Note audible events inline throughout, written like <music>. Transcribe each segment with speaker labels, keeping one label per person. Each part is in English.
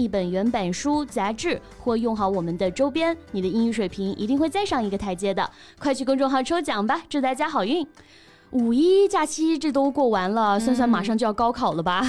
Speaker 1: 一本原版书、杂志，或用好我们的周边，你的英语水平一定会再上一个台阶的。快去公众号抽奖吧，祝大家好运！五一假期这都过完了，算算马上就要高考了吧？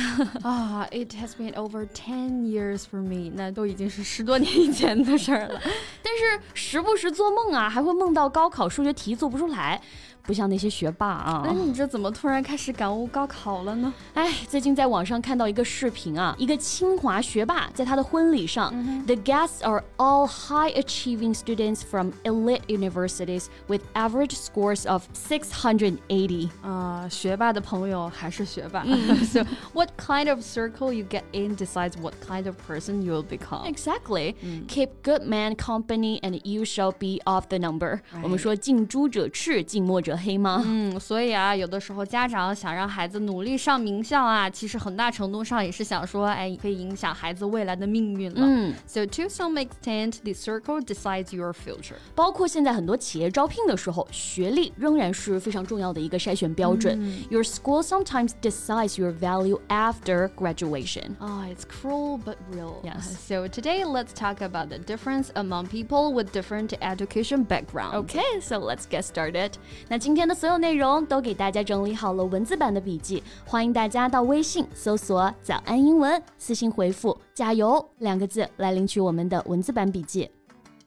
Speaker 2: 啊、i t has been over ten years for me，那都已经是十多年以前的事儿了。
Speaker 1: 但是时不时做梦啊，还会梦到高考数学题做不出来，不像那些学霸啊。
Speaker 2: 那你这怎么突然开始感悟高考了呢？
Speaker 1: 哎，最近在网上看到一个视频啊，一个清华学霸在他的婚礼上、t
Speaker 2: 嗯
Speaker 1: h e guests are all high-achieving students from elite universities with average scores of 680.
Speaker 2: 啊、学霸的朋友还是学霸。so <laughs> what kind of circle you get in decides what kind of person you'll become.
Speaker 1: Exactly. Keep good man company, and you shall be of the number. 我们说近朱者赤，近墨者黑吗？
Speaker 2: 嗯，所以啊，有的时候家长想让孩子努力上名校啊，其实很大程度上也是想说，哎，可以影响孩子未来的命运了。嗯，So to some extent, the circle decides your future.
Speaker 1: 包括现在很多企业招聘的时候，学历仍然是非常重要的一个筛选标准。Your school sometimes decides your value after graduation.
Speaker 2: Ah, it's cruel but real.
Speaker 1: Yes.
Speaker 2: So today, let's talk about the difference among people with different education backgrounds.
Speaker 1: Okay, so let's get started. 那今天的所有内容都给大家整理好了文字版的笔记，欢迎大家到微信搜索“早安英文”，私信回复“加油”两个字来领取我们的文字版笔记。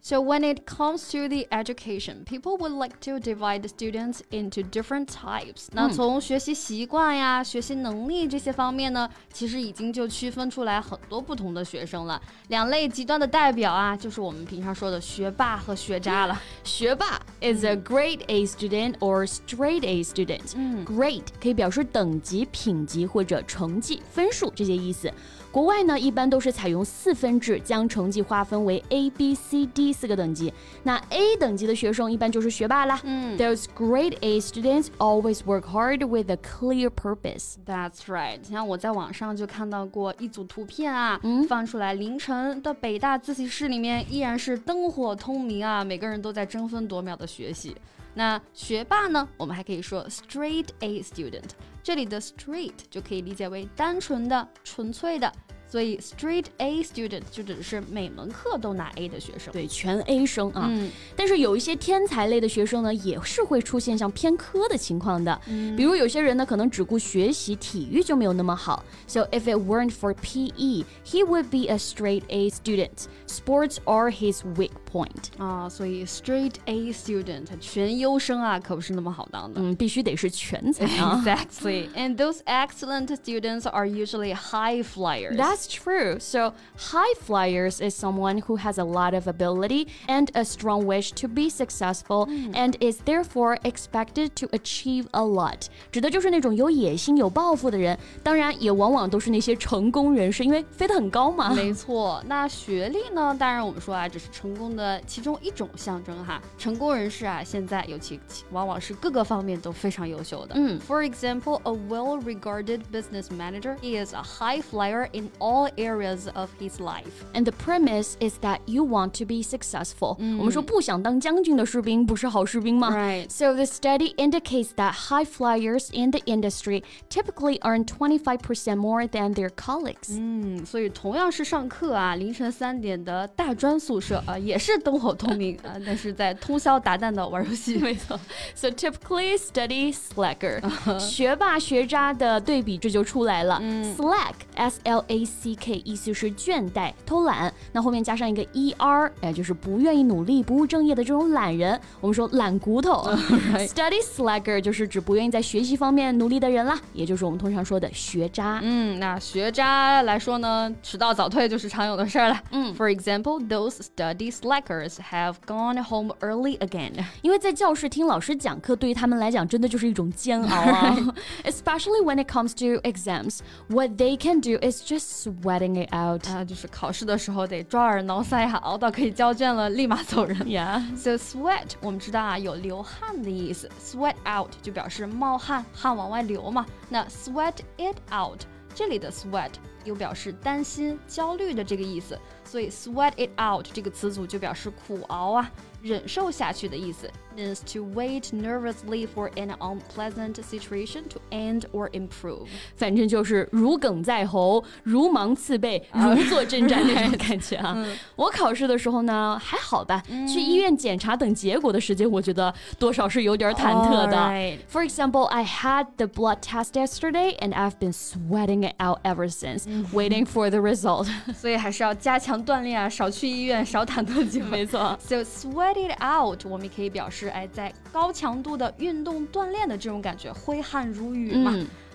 Speaker 2: So when it comes to the education, people would like to divide the students into different types. 那从学习习惯呀、学习能力这些方面呢，其实已经就区分出来很多不同的学生了。两类极端的代表啊，就是我们平常说的学霸和学渣了。
Speaker 1: 学霸 is a grade A student or straight A student。嗯，grade 可以表示等级、品级或者成绩、分数这些意思。国外呢，一般都是采用四分制，将成绩划分为 A、B、C、D 四个等级。那 A 等级的学生一般就是学霸啦。嗯，Those grade A students always work hard with a clear purpose。
Speaker 2: That's right。像我在网上就看到过一组图片啊，
Speaker 1: 嗯
Speaker 2: 放出来凌晨的北大自习室里面依然是灯火通明啊，每个人都在争分夺秒的学习。那学霸呢，我们还可以说 straight A student。这里的 straight 就可以理解为单纯的、纯粹的，所以 straight A student 就指的是每门课都拿 A 的学生。嗯
Speaker 1: 对，全 A 生啊。但是有一些天才类的学生呢，也是会出现像偏科的情况的。比如有些人呢，可能只顾学习，体育就没有那么好。So if it weren't for PE, he would be a straight A student. Sports are his weak point.
Speaker 2: 啊，所以 straight A student 全优生啊，可不是那么好当的。
Speaker 1: 嗯，必须得是全才啊。
Speaker 2: <laughs> Exactly. And those excellent students are usually high flyers.
Speaker 1: That's true. So, high flyers is someone who has a lot of ability and a strong wish to be successful
Speaker 2: Hmm.
Speaker 1: and is therefore expected to achieve a lot. 指的就是那种有野心、有抱负的人，当然也往往都是那些成功人士，因为飞得很高嘛。
Speaker 2: <laughs> 没错，那学历呢？当然，我们说啊，只是成功的其中一种象征哈。成功人士啊，现在尤其其往往是各个方面都非常优秀的。嗯，For example, a well-regarded business manager is a high flyer in all areas of his life.
Speaker 1: And the premise is that you want to be successful. 我们说不想当将军的士兵不是好士兵吗
Speaker 2: Right.
Speaker 1: So the study indicates that high flyers in the industry typically earn 25% more than their colleagues.
Speaker 2: 嗯，所以同样是上课啊，凌晨三点的大专宿舍啊，也是灯火通明啊，但是在通宵达旦的玩游戏。没错。
Speaker 1: So typically study slacker. 学霸学渣的对比这就出来了。Slack S L A C K 意思是倦怠、偷懒，那后面加上一个 E R，哎，就是不愿意努力、不务正业的这种懒人。我们说懒骨头。Study slacker 就是指不愿意在学习方面努力的人啦，也就是我们通常说的学渣。
Speaker 2: 嗯，那学渣来说呢，迟到早退就是常有的事儿了。嗯，For example, those study slackers have gone home early again.
Speaker 1: 因为在教室听老师讲课，对于他们来讲真的就是一种煎熬啊。Especially when it comes to exams, what they can do is just sweating it out.
Speaker 2: 啊，就是考试的时候得抓耳挠腮啊，熬到可以交卷了立马走人。
Speaker 1: Yeah.
Speaker 2: So sweat，我们知道啊，有流汗的意思。Sweat out 就表示冒汗，汗往外流嘛。那 sweat it out，这里的 sweat 有表示担心、焦虑的这个意思，所以 sweat it out 这个词组就表示苦熬啊，忍受下去的意思。Means to wait nervously for an unpleasant situation to end or improve。
Speaker 1: 反正就是如鲠在喉、如芒刺背、 <laughs> 如坐针毡那种感觉啊。我考试的时候呢，还好吧，去医院检查等结果的时间，我觉得多少是有点忐忑的。
Speaker 2: Alright.
Speaker 1: For example, I had the blood test yesterday, and I've been sweating it out ever since, waiting for the result.
Speaker 2: 所以还是要加强锻炼啊，少去医院，少忐忑几回。
Speaker 1: <laughs> 没错。
Speaker 2: So sweat it out，我们也可以表示哎，在高强度的运动锻炼的这种感觉，挥汗如雨嘛。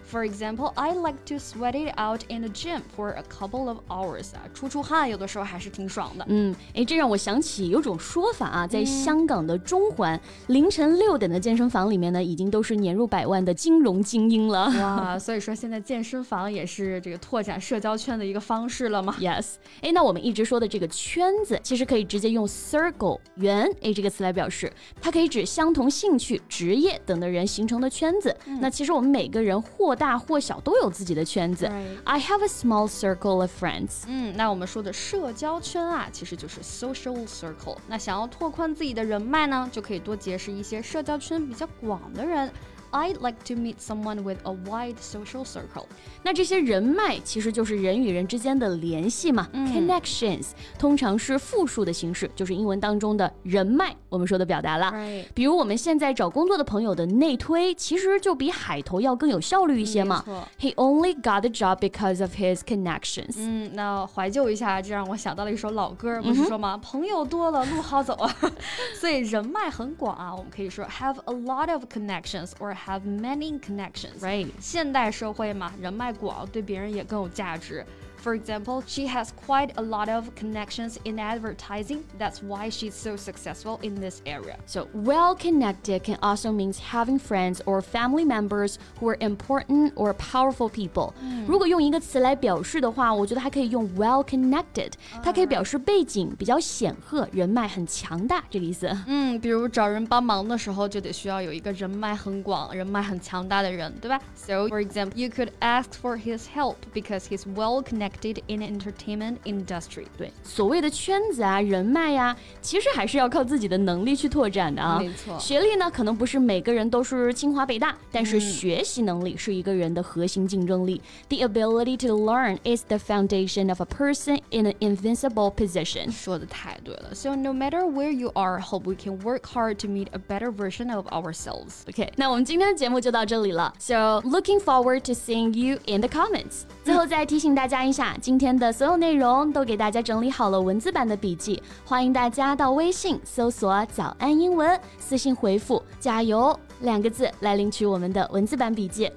Speaker 2: For example, I like to sweat it out in the gym for a couple of hours 啊，出出汗有的时候还是挺爽的。
Speaker 1: 嗯，哎，这让我想起有种说法啊，在香港的中环凌晨六点的健身房里面呢，已经都是年入百万的金融精英了。
Speaker 2: 哇，所以说现在健身房也是这个拓展社交圈的一个方式了嘛。
Speaker 1: Yes，哎，那我们一直说的这个圈子，其实可以直接用 circle 圆哎这个词来表示，它可以指相同兴趣、职业等的人形成的圈子。
Speaker 2: 嗯
Speaker 1: 那其实我们每个人或大或小都有自己的圈子。
Speaker 2: Right.
Speaker 1: I have a small circle of friends。
Speaker 2: 嗯，那我们说的社交圈啊，其实就是 social circle。那想要拓宽自己的人脉呢，就可以多结识一些社交圈比较广的人。I'd like to meet someone with a wide social circle。
Speaker 1: 那这些人脉其实就是人与人之间的联系嘛、c o n n e c t i o n s 通常是复数的形式，就是英文当中的人脉，我们说的表达啦。
Speaker 2: Right
Speaker 1: 比如我们现在找工作的朋友的内推，其实就比海投要更有效率一些嘛
Speaker 2: 嗯没错。
Speaker 1: He only got the job because of his connections、
Speaker 2: 嗯，那怀旧一下，这让我想到了一首老歌，不是说吗？朋友多了，路好走啊。 <laughs> 所以人脉很广啊，我们可以说 have a lot of connections or have many connections。
Speaker 1: Right
Speaker 2: 现代社会嘛，人脉广，对别人也更有价值。For example, she has quite a lot of connections in advertising. That's why she's so successful in this area.
Speaker 1: So, well connected can also means having friends or family members who are important or powerful people. 如果用一个词来表示的话，我觉得还可以用 well connected，它可以表示背景比较显赫，人脉很强大这个意思。
Speaker 2: 嗯，比如找人帮忙的时候，就得需要有一个人脉很广、人脉很强大的人，对吧？So for example, you could ask for his help because he's well connected in entertainment industry.
Speaker 1: 对，所谓的圈子啊、人脉呀、其实还是要靠自己的能力去拓展的啊。
Speaker 2: 没错
Speaker 1: 学历呢，可能不是每个人都是清华北大，但
Speaker 2: 嗯
Speaker 1: 是学习能力是一个人的核心竞争力。The ability to learn is the foundation of a person in an invincible position.
Speaker 2: 说的太对了。So no matter where you are, hope we can work hard to meet a better version of ourselves.
Speaker 1: OK，那我们今天的节目就到这里了。So looking forward to seeing you in the comments。最后再提醒大家一下，今天的所有内容都给大家整理好了文字版的笔记，欢迎大家到微信搜索“早安英文”，私信回复“加油”两个字来领取我们的文字版笔记。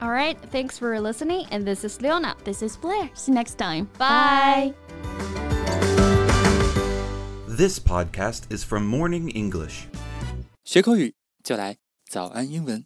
Speaker 2: All right, thanks for listening, and this is Leona.
Speaker 1: This is Blair. See you next time.
Speaker 2: Bye.
Speaker 3: This podcast is from Morning English.
Speaker 4: 学口语就来早安英文。